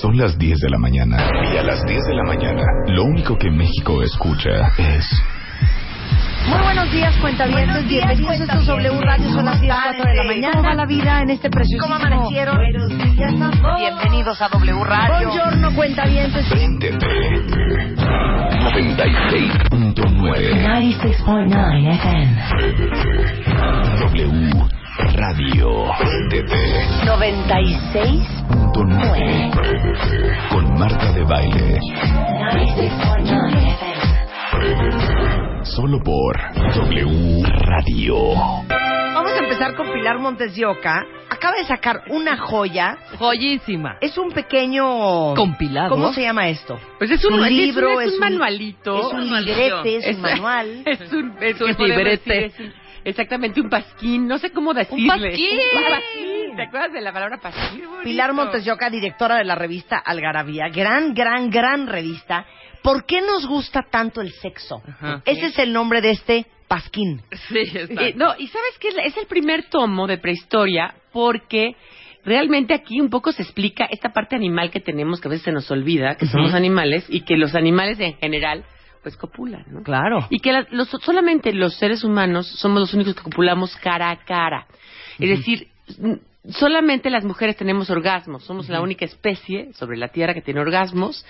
Son las 10 de la mañana. Y a las 10 de la mañana, lo único que México escucha es... Muy buenos días, cuentavientes. Buenos días, Bienvenidos a estos W Radio. Son las ¿Cómo 10, 4 de la están? mañana. ¿Cómo va la vida en este precioso ¿Cómo amanecieron? Bienvenidos a W Radio. Buongiorno, cuentavientes. Préndete. 96.9 96.9 FM. W Radio. Préndete. 96. 9 Con Marta de Baile. Solo por W Radio. Vamos a empezar con Pilar Montes de Oca. Acaba de sacar una joya. Joyísima. Es un pequeño... Compilado. ¿Cómo se llama esto? Pues es un, Un es un- libro, es un, es un- manualito. es un librete, es un manual. Es un, es un que podemos librete. decir, es un- exactamente, un pasquín. No sé cómo decirle. pasquín. Un pasquín. ¿Te acuerdas de la palabra pasquín? Qué bonito. Pilar Montes de Oca, directora de la revista Algarabía. Gran, gran, gran revista. ¿Por qué nos gusta tanto el sexo? Ajá. Ese es el nombre de este pasquín. Sí, exacto. Eh, no, y sabes que es el primer tomo de prehistoria porque realmente aquí un poco se explica esta parte animal que tenemos que a veces se nos olvida que somos animales y que los animales en general pues copulan, ¿no? Claro. Y que la- los- solamente los seres humanos somos los únicos que copulamos cara a cara. Es decir, n- solamente las mujeres tenemos orgasmos. Somos la única especie sobre la Tierra que tiene orgasmos.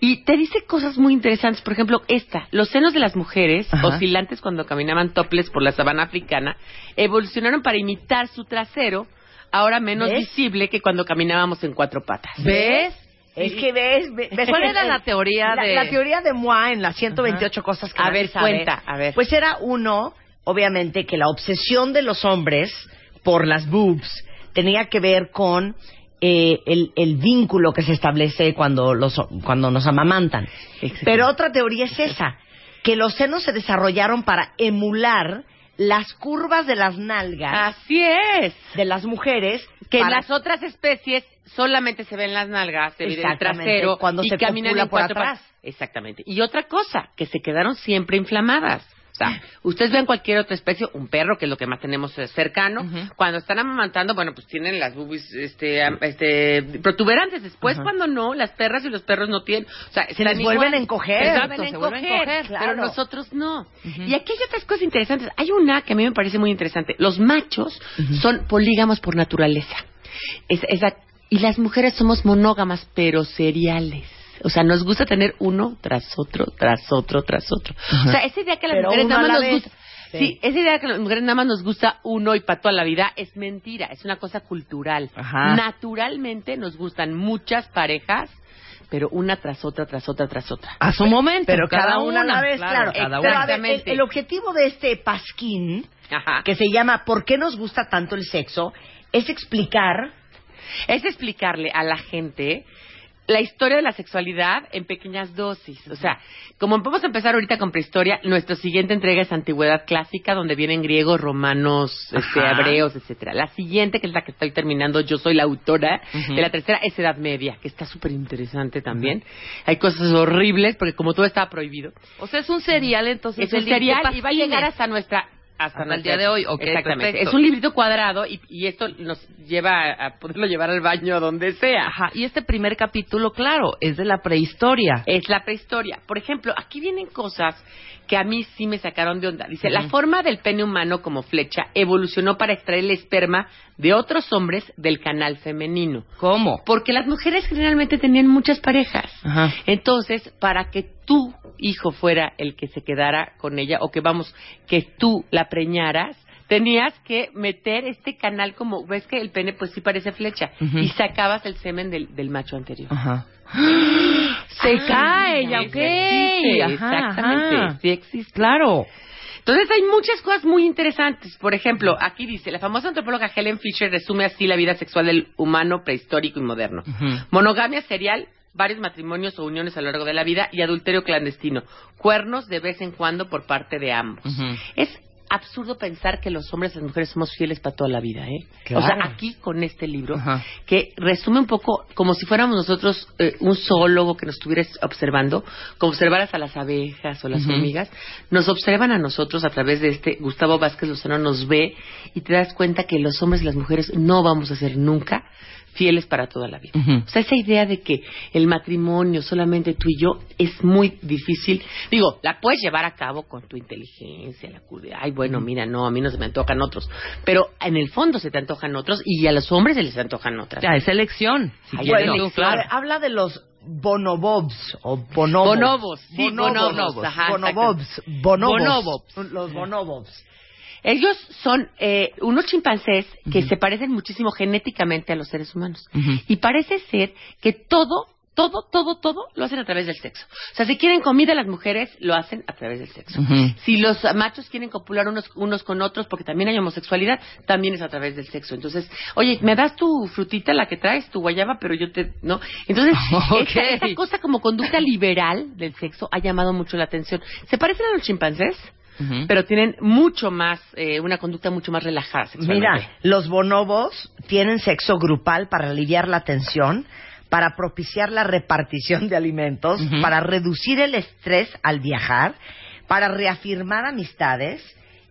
Y te dice cosas muy interesantes. Por ejemplo, esta. Los senos de las mujeres, Ajá. oscilantes cuando caminaban toples por la sabana africana, evolucionaron para imitar su trasero, ahora menos ¿Ves? visible que cuando caminábamos en cuatro patas. ¿Ves? Es que ves, ve- ves- ¿Cuál era la teoría la, de- la teoría de Moa en las 128 cosas que A nadie ver, sabe? cuenta, a ver. Pues era uno, obviamente, que la obsesión de los hombres por las boobs tenía que ver con eh, el, el vínculo que se establece cuando, los, cuando nos amamantan. Pero otra teoría es esa, que los senos se desarrollaron para emular las curvas de las nalgas Así es. de las mujeres Que en para- las otras especies solamente se ven las nalgas, se ve el Exactamente, trasero cuando y se caminan copula en por cuatro atrás. patas. Exactamente. Y otra cosa, que se quedaron siempre inflamadas. O sea, ustedes ven cualquier otra especie, un perro, que es lo que más tenemos eh, cercano, cuando están amamantando, bueno, pues tienen las bubis este, am- este, protuberantes. Después, cuando no, las perras y los perros no tienen. O sea, se les vuelven a encoger. Exacto, Vuelven a se vuelven a encoger. claro. Pero nosotros no. Y aquí hay otras cosas interesantes. Hay una que a mí me parece muy interesante. Los machos son polígamos por naturaleza. Es- esa- y las mujeres somos monógamas, pero seriales. O sea, nos gusta tener uno tras otro, tras otro, tras otro. O sea, esa idea que a las Pero mujeres uno nada a la más nos vez. gusta. Sí. Sí. esa idea que a las mujeres nada más nos gusta uno y para toda la vida es mentira, es una cosa cultural. Ajá. Naturalmente nos gustan muchas parejas, pero una tras otra, tras otra, tras otra. A su momento. Pero cada, una, a la vez, cada claro. Pero a una. ver, el- el, Exactamente. objetivo de este pasquín, Ajá. que se llama ¿Por qué nos gusta tanto el sexo?, es explicar es explicarle a la gente la historia de la sexualidad en pequeñas dosis. O sea, como vamos a empezar ahorita con prehistoria, nuestra siguiente entrega es antigüedad clásica, donde vienen griegos, romanos, este, Ajá. hebreos, etcétera. La siguiente, que es la que estoy terminando, yo soy la autora de la tercera, es Edad Media, que está súper interesante también. Hay cosas horribles, porque como todo estaba prohibido, O sea, es un cereal, entonces. es un el libro cereal y va a llegar pasquines. hasta nuestra hasta, Hasta el nuestra- día de hoy, ok, exactamente perfecto. es un librito cuadrado y, y esto nos lleva a, a poderlo llevar al baño a donde sea Ajá. Y este primer capítulo, claro, es de la prehistoria. es la prehistoria por ejemplo aquí vienen cosas que a mí sí me sacaron de onda dice la forma del pene humano como flecha evolucionó para extraer el esperma de otros hombres del canal femenino ¿Cómo? porque las mujeres generalmente tenían muchas parejas Ajá. Entonces, para que tu hijo fuera el que se quedara con ella, o que vamos, que tú la preñaras, tenías que meter este canal como, ves que el pene pues sí parece flecha, Ujú. y sacabas el semen del, del macho anterior. Ah. Ajá. Se Ah, cae, mira, ya, sí ok. existe, ajá, Exactamente, ajá. sí existe. Claro. Entonces hay muchas cosas muy interesantes. Por ejemplo, aquí dice, la famosa antropóloga Helen Fisher resume así la vida sexual del humano prehistórico y moderno. Ujú. Monogamia serial, varios matrimonios o uniones a lo largo de la vida y adulterio clandestino. Cuernos de vez en cuando por parte de ambos. Ujú. Es absurdo pensar que los hombres y las mujeres somos fieles para toda la vida, ¿eh? Claro. O sea, aquí con este libro, Ajá. que resume un poco como si fuéramos nosotros eh, un zoólogo que nos estuvieras observando, como observaras a las abejas o las Ujú. hormigas, nos observan a nosotros a través de este, Gustavo Vázquez Lozano nos ve y te das cuenta que los hombres y las mujeres no vamos a ser nunca fieles para toda la vida. O sea, esa idea de que el matrimonio solamente tú y yo es muy difícil. Digo, la puedes llevar a cabo con tu inteligencia, la cu- Ay, bueno, mira, no, a mí no se me antojan otros. Pero en el fondo se te antojan otros y a los hombres se les antojan otras. Ah, Ya, es elección. Si Ay, quieres Bueno, no, tú, a claro. ver, habla de los bonobobs o bonobos. Bonobos, sí, bonobos, bonobos, ajá, bonobobs, bonobos. Bonobobs. Los bonobobs. Ellos son eh, unos chimpancés que se parecen muchísimo genéticamente a los seres humanos. Y parece ser que todo, todo, todo, todo lo hacen a través del sexo. O sea, si quieren comida las mujeres, lo hacen a través del sexo. Si los machos quieren copular unos, unos con otros, porque también hay homosexualidad, también es a través del sexo. Entonces, oye, me das tu frutita, la que traes, tu guayaba, pero yo te... ¿no? Entonces, esta- Ok. esta cosa como conducta liberal del sexo ha llamado mucho la atención. ¿Se parecen a los chimpancés? Ujú. pero tienen mucho más, eh, una conducta mucho más relajada sexualmente. Mira, los bonobos tienen sexo grupal para aliviar la tensión, para propiciar la repartición de alimentos, Ujú. para reducir el estrés al viajar, para reafirmar amistades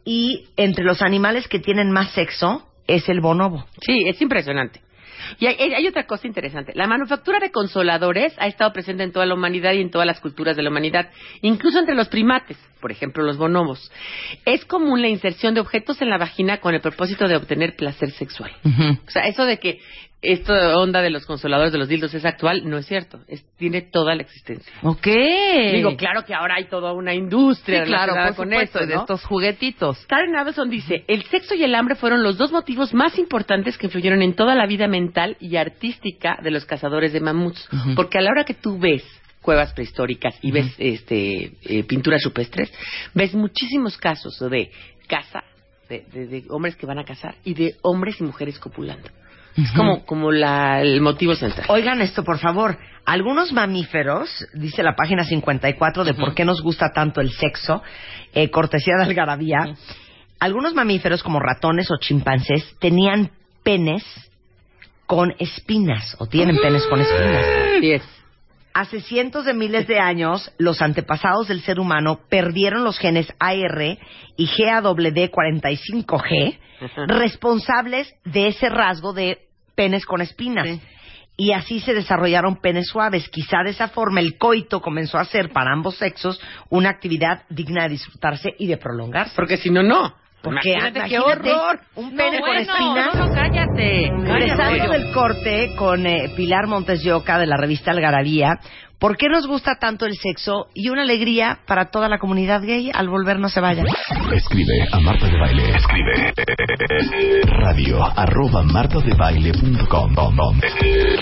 y entre los animales que tienen más sexo es el bonobo. Sí, es impresionante. Y hay, hay- hay otra cosa interesante. La manufactura de consoladores ha estado presente en toda la humanidad y en todas las culturas de la humanidad, incluso entre los primates, por ejemplo, los bonobos. Es común la inserción de objetos en la vagina con el propósito de obtener placer sexual. Ujú. O sea, eso de que esta onda de los consoladores de los dildos es actual, no es cierto. Es- tiene toda la existencia. Ok. Digo, claro que ahora hay toda una industria Sí, claro, relacionada por con supuesto, esto, de ¿no? estos juguetitos. Karen Addison dice, el sexo y el hambre fueron los dos motivos más importantes que influyeron en toda la vida mental y artística de los cazadores de mamuts. Porque a la hora que tú ves cuevas prehistóricas y ves este, eh, pinturas rupestres, ves muchísimos casos de caza, de, de- de hombres que van a cazar y de hombres y mujeres copulando. Es como, como la- el motivo central. Oigan esto, por favor. Algunos mamíferos, dice la página 54 de por qué nos gusta tanto el sexo, eh, cortesía de Algarabía, algunos mamíferos como ratones o chimpancés tenían penes con espinas, o tienen penes con espinas. Así es. Hace cientos de miles de años, los antepasados del ser humano perdieron los genes AR y GAWD45G, responsables de ese rasgo de penes con espinas. Y así se desarrollaron penes suaves. Quizá de esa forma el coito comenzó a ser para ambos sexos una actividad digna de disfrutarse y de prolongarse. Porque si no, no. Porque, ah, Imagínate, qué imagínate, horror. Un No, pene con bueno, espinas. No, no, cállate. Regresando Cállate. del corte con eh, Pilar Montes de Oca de la revista Algarabía, ¿por qué nos gusta tanto el sexo y una alegría para toda la comunidad gay al volver no se vaya? Escribe a Marta de Baile. Escribe radio arroba martadebaile.com.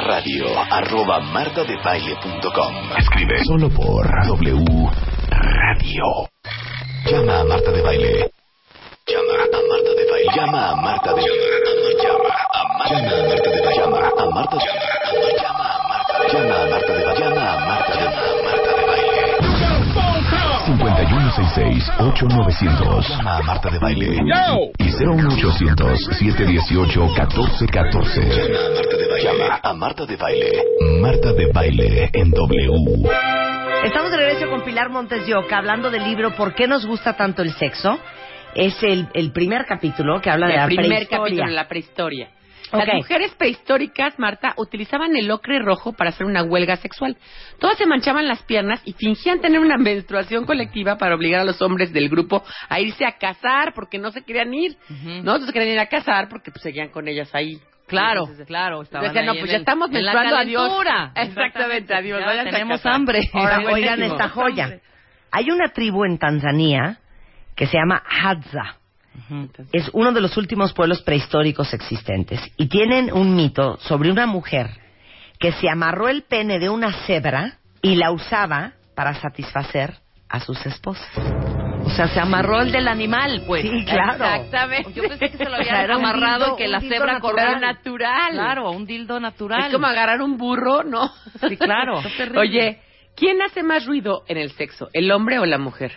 Radio arroba martadebaile.com. Escribe solo por W Radio. Llama a Marta de Baile. Llama a Marta de Baile. Llama a Marta de Llama a Marta Llama a Marta de Baile. Llama a Marta de Llama a Marta de Llama a Marta de Baile. Llama a Marta de Llama a Marta de Baile. 5166-8900. Llama a Marta de Baile. Y 01800-718-1414. Llama a Marta de Baile. Llama a Marta de Baile. Marta de Baile en W. Estamos de regreso con Pilar Montes de Oca hablando del libro ¿Por qué nos gusta tanto el sexo? Es el, el primer capítulo que habla de la el primer prehistoria. capítulo, la prehistoria. Ok. Las mujeres prehistóricas, Marta, utilizaban el ocre rojo para hacer una huelga sexual. Todas se manchaban las piernas y fingían tener una menstruación colectiva para obligar a los hombres del grupo a irse a casar porque no se querían ir. No, no se querían ir a casar porque pues, seguían con ellas ahí. Claro, Entonces, claro. estaban Decían, ahí no, en pues el- ya estamos en la menstruando, adiós. calentura. Exactamente, adiós, Ya váyanse a tenemos casar. hambre. Ahora, Está oigan buenísimo. esta joya. Hay una tribu en Tanzania que se llama Hadza. Es uno de los últimos pueblos prehistóricos existentes. Y tienen un mito sobre una mujer que se amarró el pene de una cebra y la usaba para satisfacer a sus esposas. O sea, se amarró el del animal, pues. Sí, claro. Exactamente. Yo pensé que se lo O sea, habían era un amarrado dildo- y que un la dildo cebra natural. corrió Natural. Claro, un dildo natural. Es como agarrar un burro, ¿no? Sí, claro. Está terrible. Oye, ¿quién hace más ruido en el sexo, el hombre o la mujer?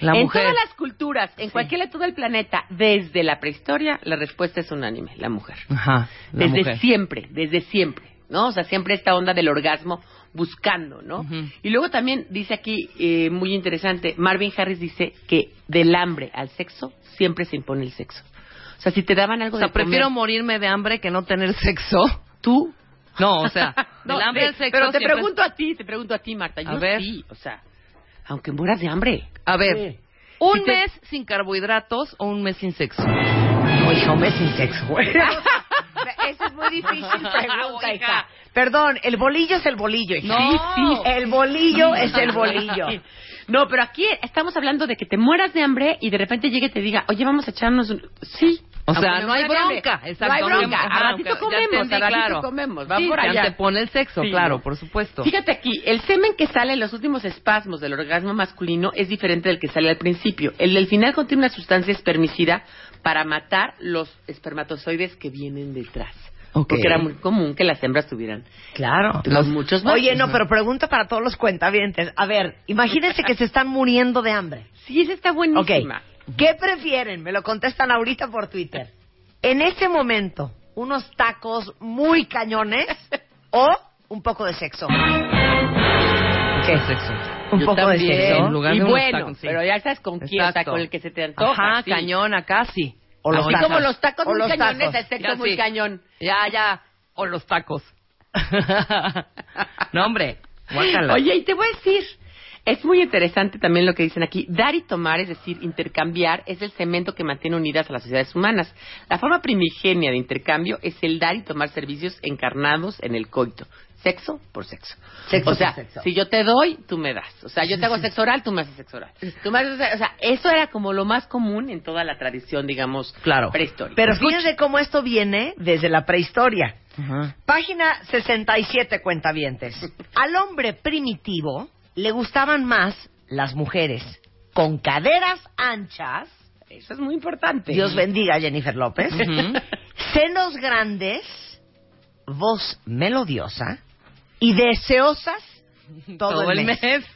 La en mujer. todas las culturas, en cualquier lado del planeta, desde la prehistoria, la respuesta es unánime, la mujer. Ajá. la desde mujer. siempre, desde siempre, ¿no? O sea, siempre esta onda del orgasmo buscando, ¿no? Ujú. Y luego también dice aquí, eh, muy interesante, Marvin Harris dice que del hambre al sexo siempre se impone el sexo. O sea, si te daban algo O sea, de comer- prefiero morirme de hambre que no tener sexo. tú. No, o sea, No, del hambre de- al sexo pero te siempre- pregunto a ti, te pregunto a ti, Marta. Yo A ver. sí, o sea, aunque mueras de hambre. A ver, Sí. un Si te- mes sin carbohidratos o un mes sin sexo. No, hijo, me sin sexo. Esa es muy difícil pregunta, Oiga. hija. Perdón, el bolillo es el bolillo. hija. No. El bolillo es el bolillo. No, pero aquí estamos hablando de que te mueras de hambre y de repente llegue y te diga, oye, vamos a echarnos un... Sí. O aunque sea, me no hay muera de hambre. bronca, exacto, No hay aunque- bronca. ajá, A ratito aunque- ya comemos, entendí, a ratito claro. comemos. Va Sí, por te allá. antepone el sexo, Sí. claro, por supuesto. Fíjate aquí, el semen que sale en los últimos espasmos del orgasmo masculino es diferente del que sale al principio. El del final contiene una sustancia espermicida para matar los espermatozoides que vienen detrás. Ok. Porque era muy común que las hembras tuvieran. Claro. Los muchos machos, Oye, no, ¿no? pero pregunta para todos los cuentavientes. A ver, imagínense que se están muriendo de hambre. Sí, esa está Ok. buenísima. ¿Qué prefieren? Me lo contestan ahorita por Twitter. En este momento, unos tacos muy cañones o un poco de sexo. ¿Qué sexo? Un Yo poco de también, sexo. En lugar y de unos bueno, tacos, sí. pero ya sabes con quién, o sea, Exacto. con el que se te antoja. Ajá, sí. cañona, casi. O los Así tacos. como los... tacos O muy los cañones, tacos. excepto Ya muy sí. cañón. Ya, ya. O los tacos. no, hombre. Guácala. Oye, y te voy a decir, es muy interesante también lo que dicen aquí. Dar y tomar, es decir, intercambiar, es el cemento que mantiene unidas a las sociedades humanas. La forma primigenia de intercambio es el dar y tomar servicios encarnados en el coito. Sexo por sexo. Sexo o sea, por sexo. si yo te doy, tú me das. O sea, yo te hago sexo oral, tú me haces sexo oral. Tú me haces- o sea, eso era como lo más común en toda la tradición, digamos, Claro. prehistórica. Pero fíjense cómo esto viene desde la prehistoria. Ajá. Página 67, cuentavientes. Al hombre primitivo le gustaban más las mujeres con caderas anchas. eso es muy importante. Dios bendiga a Jennifer López. Ujú. Senos grandes, voz melodiosa y deseosas todo, el mes. Eso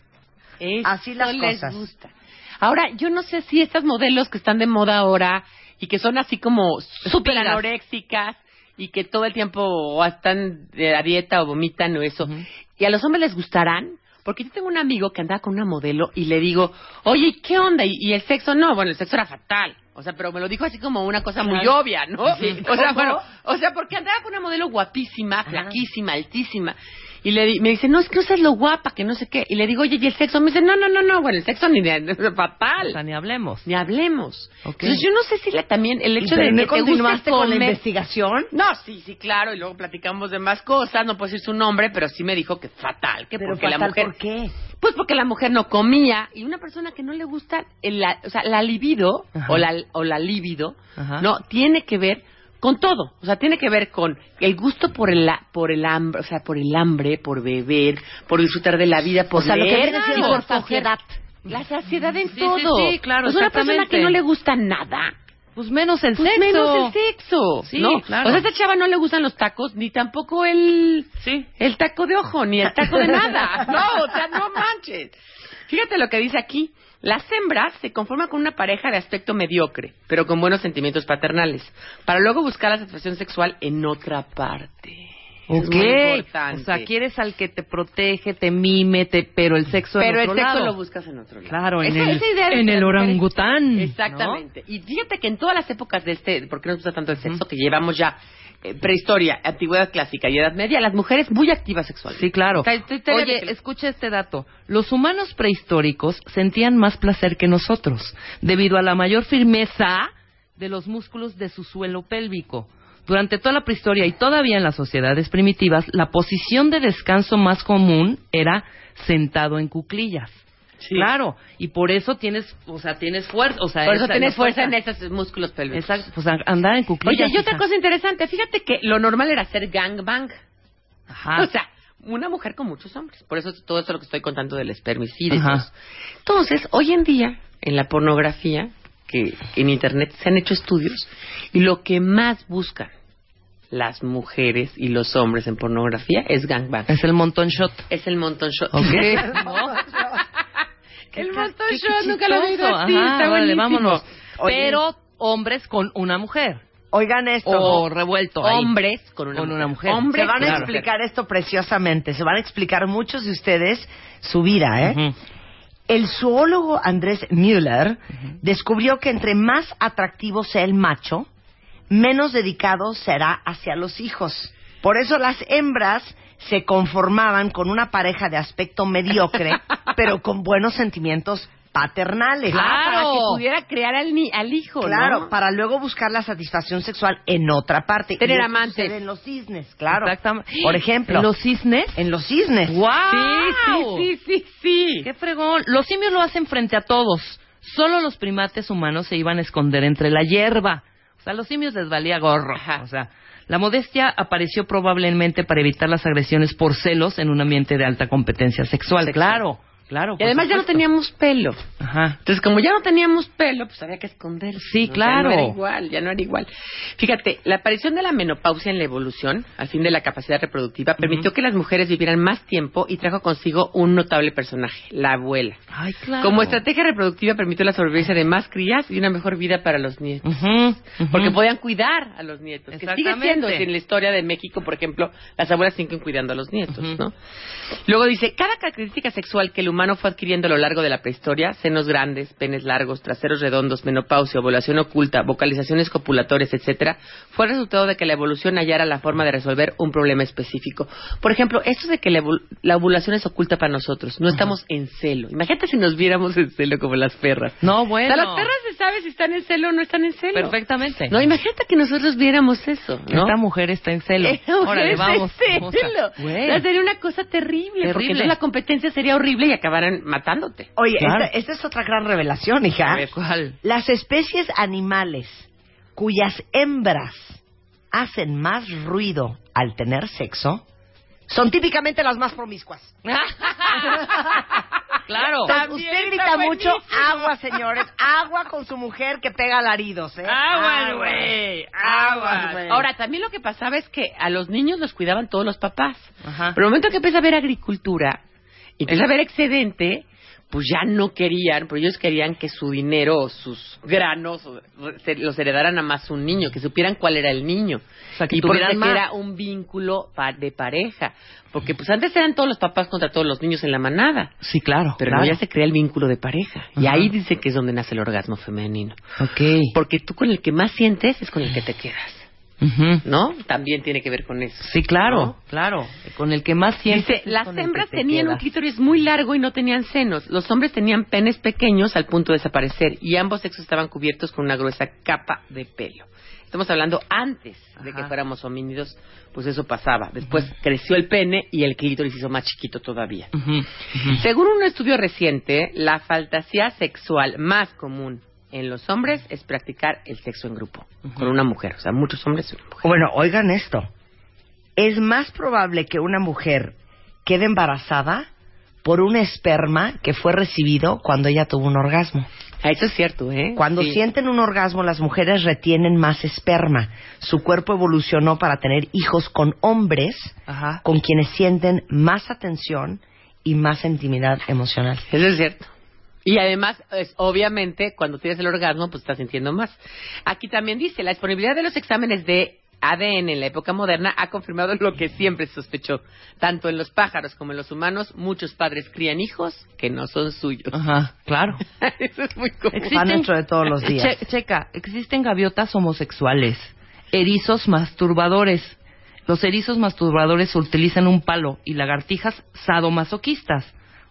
Así las les cosas. gusta. Ahora, yo no sé si estas modelos que están de moda ahora y que son así como súper Espigas. anoréxicas y que todo el tiempo o están de la dieta o vomitan o eso, Ujú. y a los hombres les gustarán. Porque yo tengo un amigo que andaba con una modelo y le digo, oye, ¿y ¿qué onda? ¿Y, y el sexo? No, bueno, el sexo era fatal. O sea, pero me lo dijo así como una cosa muy Claro. obvia, ¿no? Sí, o sea, ¿cómo? bueno, o sea, porque andaba con una modelo guapísima, flaquísima, altísima. Y le di- me dice, no, es que usas lo guapa, que no sé qué. Y le digo, oye, ¿y el sexo? Me dice, no, no, no, no, bueno, el sexo ni de, O sea, fatal. ni hablemos. Ni hablemos. Ok. Entonces, yo no sé si la- también el hecho ¿Y de que pero no te guste continuaste con la comer- investigación? No, sí, sí, claro, y luego platicamos de más cosas, no puedo decir su nombre, pero sí me dijo que fatal, que Pero porque la fatal, mujer... ¿por qué? Pues porque la mujer no comía y una persona que no le gusta el la, o sea, la libido Ajá. o la, o la libido, Ajá. no, tiene que ver con todo, o sea, tiene que ver con el gusto por el ha- por el hambre, o sea, por el hambre, por beber, por disfrutar de la vida, por O sea, lo que leer viene siendo y por saciedad. La saciedad en Sí, sí, todo. sí, claro, O sea, una persona exactamente. que no le gusta nada, Pues menos el pues sexo. menos el sexo, Sí, ¿no? claro. O sea, a esta chava no le gustan los tacos ni tampoco el Sí. el taco de ojo, ni el taco de nada. No, o sea, no manches. Fíjate lo que dice aquí. Las hembras se conforman con una pareja de aspecto mediocre, pero con buenos sentimientos paternales, para luego buscar la satisfacción sexual en otra parte. Eso es Ok. muy O importante. sea, quieres al que te protege, te mime, te... pero el sexo en pero el otro sexo lado. lo buscas en otro lado. Claro, en Esa- el- esa idea de en que el las mujeres- orangután, Exactamente. Y fíjate que en todas las épocas de este, porque nos gusta tanto el sexo, que llevamos ya eh, prehistoria, antigüedad clásica y edad media, las mujeres muy activas sexualmente. Sí, claro. Está- está- está- Oye, escucha este dato. Los humanos prehistóricos sentían más placer que nosotros, debido a la mayor firmeza de los músculos de su suelo pélvico. Durante toda la prehistoria y todavía en las sociedades primitivas, la posición de descanso más común era sentado en cuclillas. Sí. Claro, y por eso tienes, o sea, tienes fuerza, o sea, Por eso esa- tienes no fuerza en esos músculos pélvicos. Exacto, pues a- andar en Oye, cuclillas. y otra hija. cosa interesante, fíjate que lo normal era hacer gangbang. Ajá. O sea, una mujer con muchos hombres. Por eso todo eso lo que estoy contando del espermicida. y Ajá. todo eso. Entonces, hoy en día, en la pornografía, que en Internet se han hecho estudios, y lo que más buscan las mujeres y los hombres en pornografía es gangbang. es el montón shot. Es el montón shot. Ok. el ca- montón qué- qué shot, nunca lo he oído chistoso. así, Ajá, está órale, buenísimo. vámonos. Oye. Pero hombres con una mujer. Oigan esto. O revuelto ahí. Hombres con una Con mujer. una mujer. Hombres se van a claro. explicar esto preciosamente. Se van a explicar muchos de ustedes su vida, ¿eh? Ujú. El zoólogo Andrés Müller descubrió que entre más atractivo sea el macho, menos dedicado será hacia los hijos. Por eso las hembras se conformaban con una pareja de aspecto mediocre, pero con buenos sentimientos paternales. Ah, para que Claro. pudiera crear al, ni- al hijo, Claro, ¿no? para luego buscar la satisfacción sexual en otra parte. Tener Y eso amantes. sucede En los cisnes, claro. Exactamente. Por ejemplo, ¿Los cisnes? en los cisnes. ¡Guau! Sí, sí, sí, sí, sí. ¡Qué fregón! Los simios lo hacen frente a todos. Solo los primates humanos se iban a esconder entre la hierba. O sea, a los simios les valía gorro. O sea, la modestia apareció probablemente para evitar las agresiones por celos en un ambiente de alta competencia sexual. Claro, claro. Y por además ya no supuesto. teníamos pelo. Ajá. Entonces, como ya no teníamos pelo, pues había que esconderlo. Sí, claro. Ya no era igual, ya no era igual. Fíjate, la aparición de la menopausia en la evolución, al fin de la capacidad reproductiva, permitió que las mujeres vivieran más tiempo y trajo consigo un notable personaje, la abuela. Ay, claro. Como estrategia reproductiva permitió la sobrevivencia de más crías y una mejor vida para los nietos. Ujú, ujú. Porque podían cuidar a los nietos. Que sigue siendo, Exactamente. si en la historia de México, por ejemplo, las abuelas siguen cuidando a los nietos, Ujú. ¿no? Luego dice, cada característica sexual que el humano fue adquiriendo a lo largo de la prehistoria, senos grandes, penes largos, traseros redondos, menopausia, ovulación oculta, vocalizaciones copulatorias, etcétera, fue el resultado de que la evolución hallara la forma de resolver un problema específico. Por ejemplo, esto de que la, ovul- la ovulación es oculta para nosotros, no estamos en celo. Imagínate si nos viéramos en celo como las perras. No, O bueno. sea, las perras se sabe si están en celo o no están en celo. Perfectamente. No, imagínate que nosotros viéramos eso, ¿no? Esta mujer está en celo. Esta mujer Órale, es vamos. en vamos a- celo. Güey. O sea, sería una cosa terrible, porque Terrible. entonces la competencia sería horrible y acabaran matándote. Oye, Claro. esta, esta es otra gran revelación, hija. A ver, ¿Cuál? Las especies animales cuyas hembras hacen más ruido al tener sexo son típicamente las más promiscuas. Claro. Entonces, También usted está grita mucho buenísimo. agua, señores. Agua con su mujer que pega alaridos, ¿eh? Aguas, güey. Ahora, también lo que pasaba es que a los niños los cuidaban todos los papás. Ajá. Pero el momento que empieza a haber agricultura, y empieza a haber excedente, pues ya no querían, pero ellos querían que su dinero o sus granos o- se- los heredaran a más un niño, que supieran cuál era el niño. O sea, que y por eso tuvieran que más. era un vínculo pa- de pareja. Porque pues antes eran todos los papás contra todos los niños en la manada. Sí, claro. Pero claro. no, ya se crea el vínculo de pareja. Y Ajá. ahí dice que es donde nace el orgasmo femenino. Ok. Porque tú con el que más sientes es con el que te quedas, Ujú. ¿no? También tiene que ver con eso. Sí, claro, ¿No? claro. Con el que más sientes. Dice, es las con el hembras que te tenían un quedas. clítoris muy largo y no tenían senos. Los hombres tenían penes pequeños al punto de desaparecer y ambos sexos estaban cubiertos con una gruesa capa de pelo. Estamos hablando antes de que Ajá. fuéramos homínidos, pues eso pasaba. Después creció el pene y el clítoris se hizo más chiquito todavía. Ujú, ujú. Según un estudio reciente, la fantasía sexual más común en los hombres es practicar el sexo en grupo con una mujer, o sea, muchos hombres y una mujer. Pues, Bueno, oigan esto. Es más probable que una mujer quede embarazada por un esperma que fue recibido cuando ella tuvo un orgasmo. Ah, Eso es cierto, ¿eh? Cuando Sí. sienten un orgasmo, las mujeres retienen más esperma. Su cuerpo evolucionó para tener hijos con hombres Ajá. con quienes sienten más atención y más intimidad emocional. Eso es cierto. Y además, es, obviamente, cuando tienes el orgasmo, pues estás sintiendo más. Aquí también dice, la disponibilidad de los exámenes de ADN en la época moderna ha confirmado lo que siempre se sospechó. Tanto en los pájaros como en los humanos, muchos padres crían hijos que no son suyos. Ajá, claro. Eso es muy común. Existe- Pan dentro de todos los días. Che- checa, existen gaviotas homosexuales, erizos masturbadores. Los erizos masturbadores utilizan un palo y lagartijas sadomasoquistas.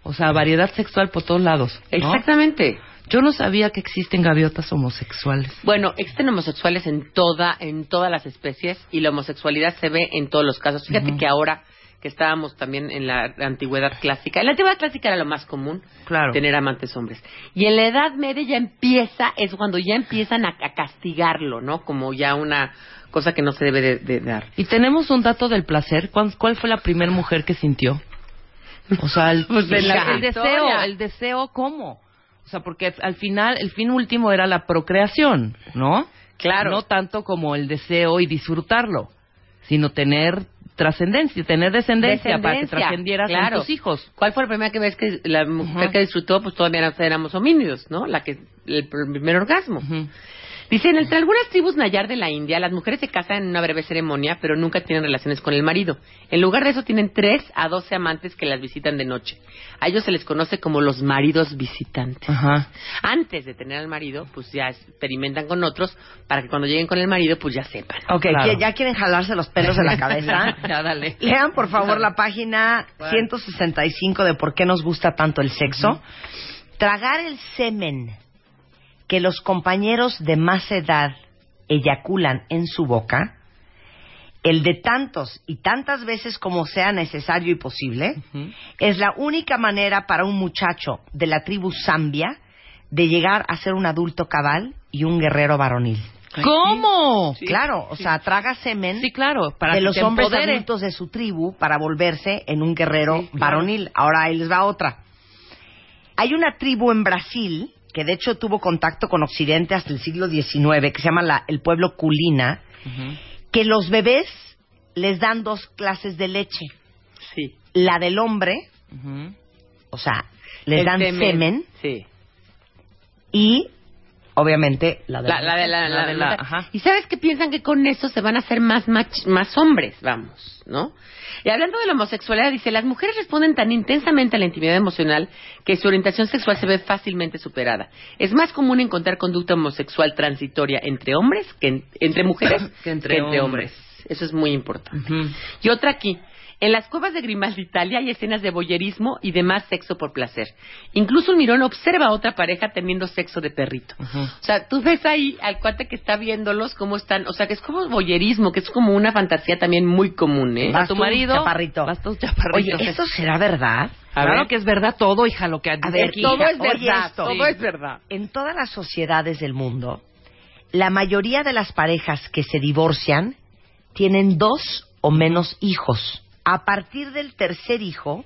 O sea, variedad sexual por todos lados. ¿no? Exactamente. Yo no sabía que existen gaviotas homosexuales. Bueno, existen homosexuales en toda, en todas las especies y la homosexualidad se ve en todos los casos. Fíjate que ahora que estábamos también en la antigüedad clásica, en la antigüedad clásica era lo más común Claro. tener amantes hombres. Y en la Edad Media ya empieza, es cuando ya empiezan a, a castigarlo, ¿no? Como ya una cosa que no se debe de, de dar. Y tenemos un dato del placer. ¿Cuán- ¿Cuál, fue la primera mujer que sintió? O sea, el, Pues de la el historia. deseo, el deseo, ¿cómo? O sea, porque al final, el fin último era la procreación, ¿no? Claro. No tanto como el deseo y disfrutarlo, sino tener trascendencia, tener descendencia, para que Descendencia, trascendieras en claro. tus hijos. ¿Cuál fue la primera que ves que la mujer Ujú. que disfrutó? Pues todavía no éramos homínidos, ¿no? La que el primer orgasmo. Ujú. Dice, entre algunas tribus Nayar de la India, las mujeres se casan en una breve ceremonia, pero nunca tienen relaciones con el marido. En lugar de eso, tienen tres a doce amantes que las visitan de noche. A ellos se les conoce como los maridos visitantes. Ajá. Antes de tener al marido, pues ya experimentan con otros para que cuando lleguen con el marido, pues ya sepan. Ok, Claro. que ya quieren jalarse los pelos de la cabeza. Ya, dale. Lean, por favor, la página 165 de por qué nos gusta tanto el sexo. Tragar el semen que los compañeros de más edad eyaculan en su boca, el de tantos y tantas veces como sea necesario y posible, Ujú. es la única manera para un muchacho de la tribu Zambia de llegar a ser un adulto cabal y un guerrero varonil. ¿Cómo? claro, o sea, traga semen Sí, claro. Para de que los te hombres empodere. adultos de su tribu para volverse en un guerrero Sí, claro. varonil. Ahora ahí les va otra. Hay una tribu en Brasil que de hecho tuvo contacto con Occidente hasta el siglo XIX, que se llama la- el pueblo culina, Ujú. que los bebés les dan dos clases de leche. Sí. La del hombre, Ujú. o sea, les El dan semen, semen. Sí. y obviamente la de La, la de la, La la de de la- la- ajá. Y sabes que piensan que con eso se van a hacer más mach- más hombres, vamos, ¿no? Y hablando de la homosexualidad, dice, las mujeres responden tan intensamente a la intimidad emocional que su orientación sexual se ve fácilmente superada. Es más común encontrar conducta homosexual transitoria entre hombres que en- entre mujeres Que entre hombres. Eso es muy importante. Ujú. Y otra aquí. En las cuevas de Grimaldi, Italia, hay escenas de boyerismo y demás sexo por placer. Incluso un mirón observa a otra pareja teniendo sexo de perrito. O sea, tú ves ahí al cuate que está viéndolos cómo están. O sea, que es como boyerismo, que es como una fantasía también muy común, ¿eh? Vas A tu tú, marido. chaparrito. Vas tú, Oye, chaparrito. ¿eso será verdad? A claro ver. que es verdad todo, hija, lo que dice ver, aquí. todo hija. es verdad, todo Sí. es verdad. en todas las sociedades del mundo, la mayoría de las parejas que se divorcian tienen dos o menos hijos. A partir del tercer hijo,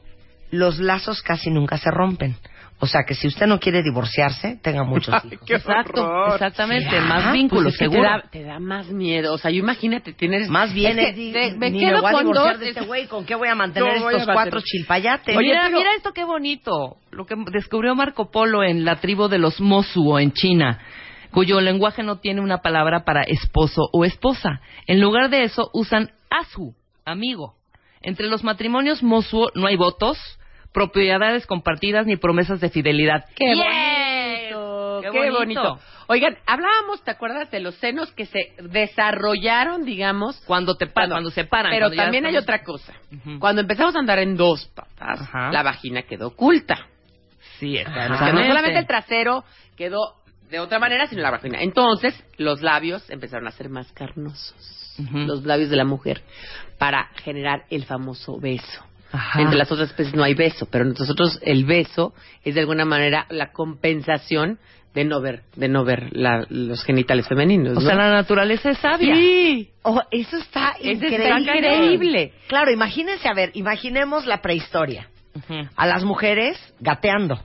los lazos casi nunca se rompen. O sea que si usted no quiere divorciarse, tenga muchos hijos. Exacto, exactamente, Sí, ah, más vínculos, Pues es que te seguro. da, te da más miedo. O sea, yo imagínate, tienes... Más bien, Es es, que di- te- me ni quedo voy a con divorciar dos, de este es- güey, ¿con qué voy a mantener No voy a estos cuatro mantener- chilpayates? Oye, mira, pero- mira esto qué bonito, lo que descubrió Marco Polo en la tribu de los Mosuo en China, cuyo lenguaje no tiene una palabra para esposo o esposa. En lugar de eso usan asu, amigo. Entre los matrimonios Mosuo no hay votos, propiedades compartidas ni promesas de fidelidad. ¡Qué ¡Yes! bonito! ¡Qué ¡Qué bonito! bonito! Oigan, hablábamos, ¿te acuerdas de los senos que se desarrollaron, digamos, Cuando te pa- Cuando- cuando, se paran. Pero cuando ya también hay estamos- otra cosa. Ujú. Cuando empezamos a andar en dos patas, Ajá. la vagina quedó oculta. Sí, O sea, no exactamente. solamente el trasero quedó de otra manera, sino la vagina. Entonces, los labios empezaron a ser más carnosos. Ujú. Los labios de la mujer. Para generar el famoso beso. Ajá. Entre las otras especies no hay beso, pero nosotros el beso es de alguna manera la compensación de no ver, de no ver la- los genitales femeninos. O sea, ¿no? la naturaleza es sabia. sí, Oh, eso está Eso increíble. está increíble. Claro, imagínense, a ver, imaginemos la prehistoria. Ujú, A las mujeres gateando,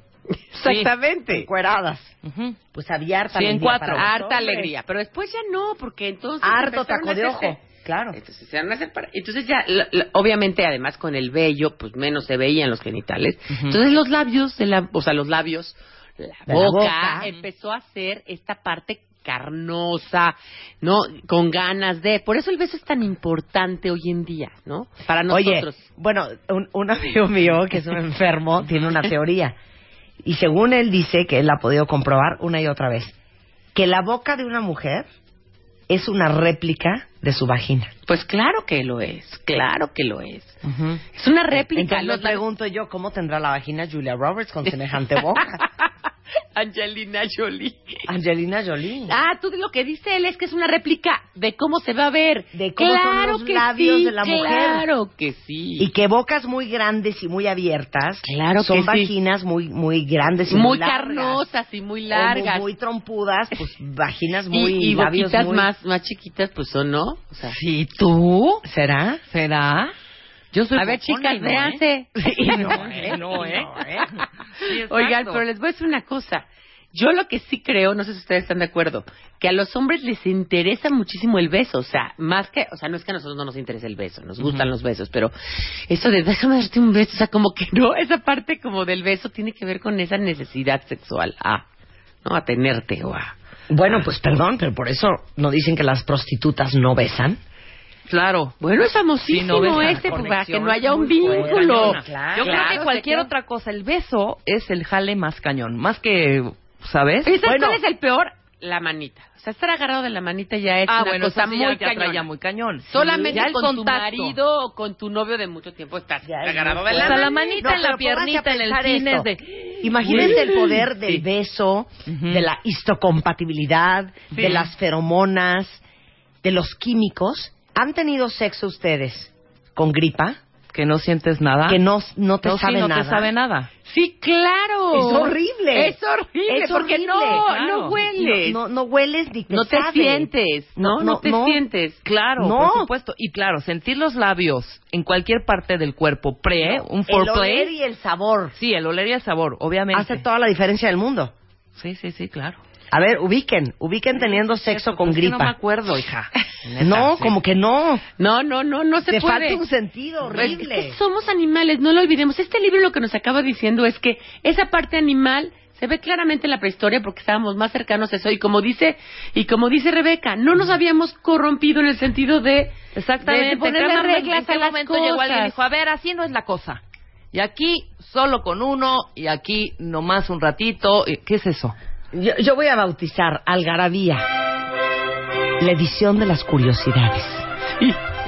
exactamente. encueradas. ujú. Pues había harta Sí, en alegría cuatro. para los Harta hombres. alegría, pero después ya no, porque entonces Harto empezaron taco a de hacerse- ojo. este, Claro. Entonces, se van a separar. Entonces ya, la- la- obviamente, además con el vello, pues menos se veían los genitales. Ujú. Entonces los labios, de la, o sea, los labios, la la boca, boca. empezó a ser esta parte carnosa, ¿no? Con ganas de... Por eso el beso es tan importante hoy en día, ¿no? Para Oye, nosotros. bueno, un, un amigo mío que es un enfermo tiene una teoría. Y según él dice, que él la ha podido comprobar una y otra vez, que la boca de una mujer es una réplica de su vagina. Pues claro que lo es, claro que lo es. Ujú. Es una réplica. Entonces me los labios- pregunto yo, ¿cómo tendrá la vagina Julia Roberts con semejante boca? Angelina Jolie. Angelina Jolie. Ah, tú lo que dice él es que es una réplica de cómo se va a ver. De cómo son claro los que labios sí, de la mujer. Claro que sí. Y que bocas muy grandes y muy abiertas Claro son que sí. vaginas muy muy grandes y muy, muy largas. carnosas y muy O largas. Muy, muy trompudas, pues vaginas Y- muy y labios boquitas muy- más, más chiquitas, pues son, ¿no? O sea, Sí, tú. ¿Será? ¿Será? Yo soy a ver, bocona y chicas, no, ¿eh? véanse. Y no, ¿eh? No, ¿eh? Sí, exacto. Oigan, pero les voy a decir una cosa. Yo lo que sí creo, no sé si ustedes están de acuerdo, que a los hombres les interesa muchísimo el beso, o sea, más que, o sea, no es que a nosotros no nos interese el beso, nos gustan los besos, pero eso de déjame darte un beso, o sea, como que no, esa parte como del beso tiene que ver con esa necesidad sexual a, ¿no? A tenerte o a, Bueno, pues perdón, pero por eso no dicen que las prostitutas no besan. Claro. Bueno, es famosísimo Sí, no ves la este, pues, para que conexión no haya un muy fuerte. vínculo. Claro. Yo creo Ah, Claro, que cualquier se queda- otra cosa, el beso es el jale más cañón, más que, ¿sabes? ¿Y sabes Bueno. cuál es el peor? La manita. O sea, estar agarrado de la manita ya es Ah, una bueno, cosa eso sí muy ya te atrae cañona. ya muy cañón. Solamente Ya el con tu contacto. marido o con tu novio de mucho tiempo estás Ya es agarrado muy de O la sea, la mano. manita No, Pues en pero la piernita, en pónganse a el pensar cine es esto. de... Imagínense el poder del Sí. beso, Ujú. de la histocompatibilidad, Sí. de las feromonas, de los químicos. ¿Han tenido sexo ustedes con gripa? Que no sientes nada. Que no, no te Ah. No, sí, sabe no nada. te sabe nada. Sí, claro. Es horrible. Es horrible. Es porque horrible, no, claro. no hueles. No, no, no hueles ni te No te sabe. sientes, ¿no? No, No, no, te no. sientes. Claro, No. por supuesto. Y claro, sentir los labios en cualquier parte del cuerpo pre, un El olor foreplay. y el sabor Sí, el oler y el sabor, obviamente. hace toda la diferencia del mundo. Sí, sí, sí, claro. A ver, ubiquen, ubiquen teniendo sexo con Es que No me gripa. acuerdo, hija. No, como que no. No, no, no, no se Te puede. falta un sentido Es horrible. que somos animales, no lo olvidemos. Este libro lo que nos acaba diciendo es que esa parte animal se ve claramente en la prehistoria porque estábamos más cercanos a eso y como dice y como dice Rebeca, no nos habíamos corrompido en el sentido de Exactamente. de ponerle Cada- reglas ¿en qué a las momento cosas. llegó alguien y dijo, a ver, así no es la cosa. Y aquí solo con uno y aquí nomás un ratito. y- ¿Qué es eso? Yo, yo voy a bautizar Algarabía. La edición de las curiosidades.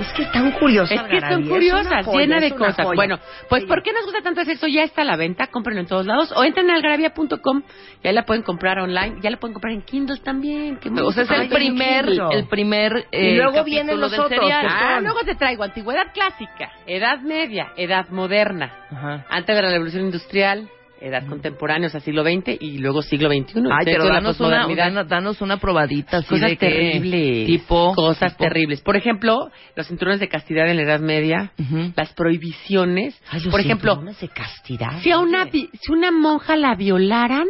Es que es tan curiosa. Es que Algarabía, son es curiosas, una joya, llena de es una cosas. joya. Bueno, pues Sí. ¿por qué nos gusta tanto hacer eso? Ya está a la venta, cómprenlo en todos lados o entren a algarabia.com, ya la pueden comprar online, ya la pueden comprar en Kindle también. que muy O sea, es Ay, el importante. primer, Kindle. el primer. eh, Y luego vienen capítulo los del otros, serial. que Ah, son- luego te traigo antigüedad clásica, edad media, edad moderna, Ajá. antes de la revolución industrial, edad contemporánea, o sea, siglo XX y luego siglo XXI. Mm. Ay, Esto Ah, pero es la danos una, posmodernidad. dana- danos una probadita. así cosas de que- terribles. Tipo. Cosas tipo- terribles. Por ejemplo, los cinturones de castidad en la edad media, Ujú. las prohibiciones. Ay, los Por ejemplo, cinturones de castidad. si a una, Oye. vi- si una monja la violaran,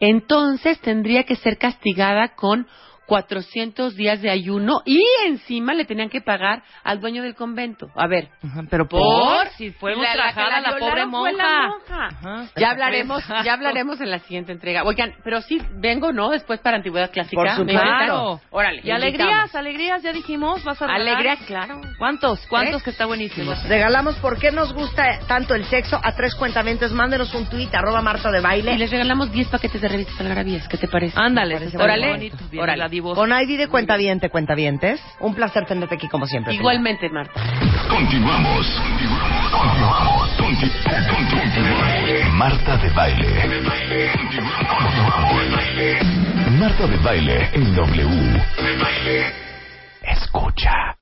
entonces tendría que ser castigada con 400 días de ayuno y encima le tenían que pagar al dueño del convento. A ver, Ajá, Pero por. Si fue la- la que ultrajada la, pobre violaron monja. fue la monja. Ajá. Ya hablaremos, Exacto. ya hablaremos en la siguiente entrega. Oigan, pero sí vengo, ¿no? Después para antigüedad clásica. Por supuesto. ¿Me invitan? Claro. Órale. Y alegrías, alegrías, ya dijimos. Vas a regalar. Alegrías, claro. ¿Cuántos? ¿Cuántos que está buenísimo? Regalamos por qué nos gusta tanto el sexo a tres cuentamientos. Mándenos un tuit, arroba Marta de Y Baile. les regalamos 10 paquetes de revistas algarabíes. ¿Qué te parece? Ándale, Me parece está órale. bonito. Bien, Órale. la divosa. Con ID de cuentaviente, cuentavientes. Un placer tenerte aquí como siempre. Igualmente, Marta. Continuamos. Continuamos. Conti- conti- Marta de baile. Marta de baile en W. Escucha.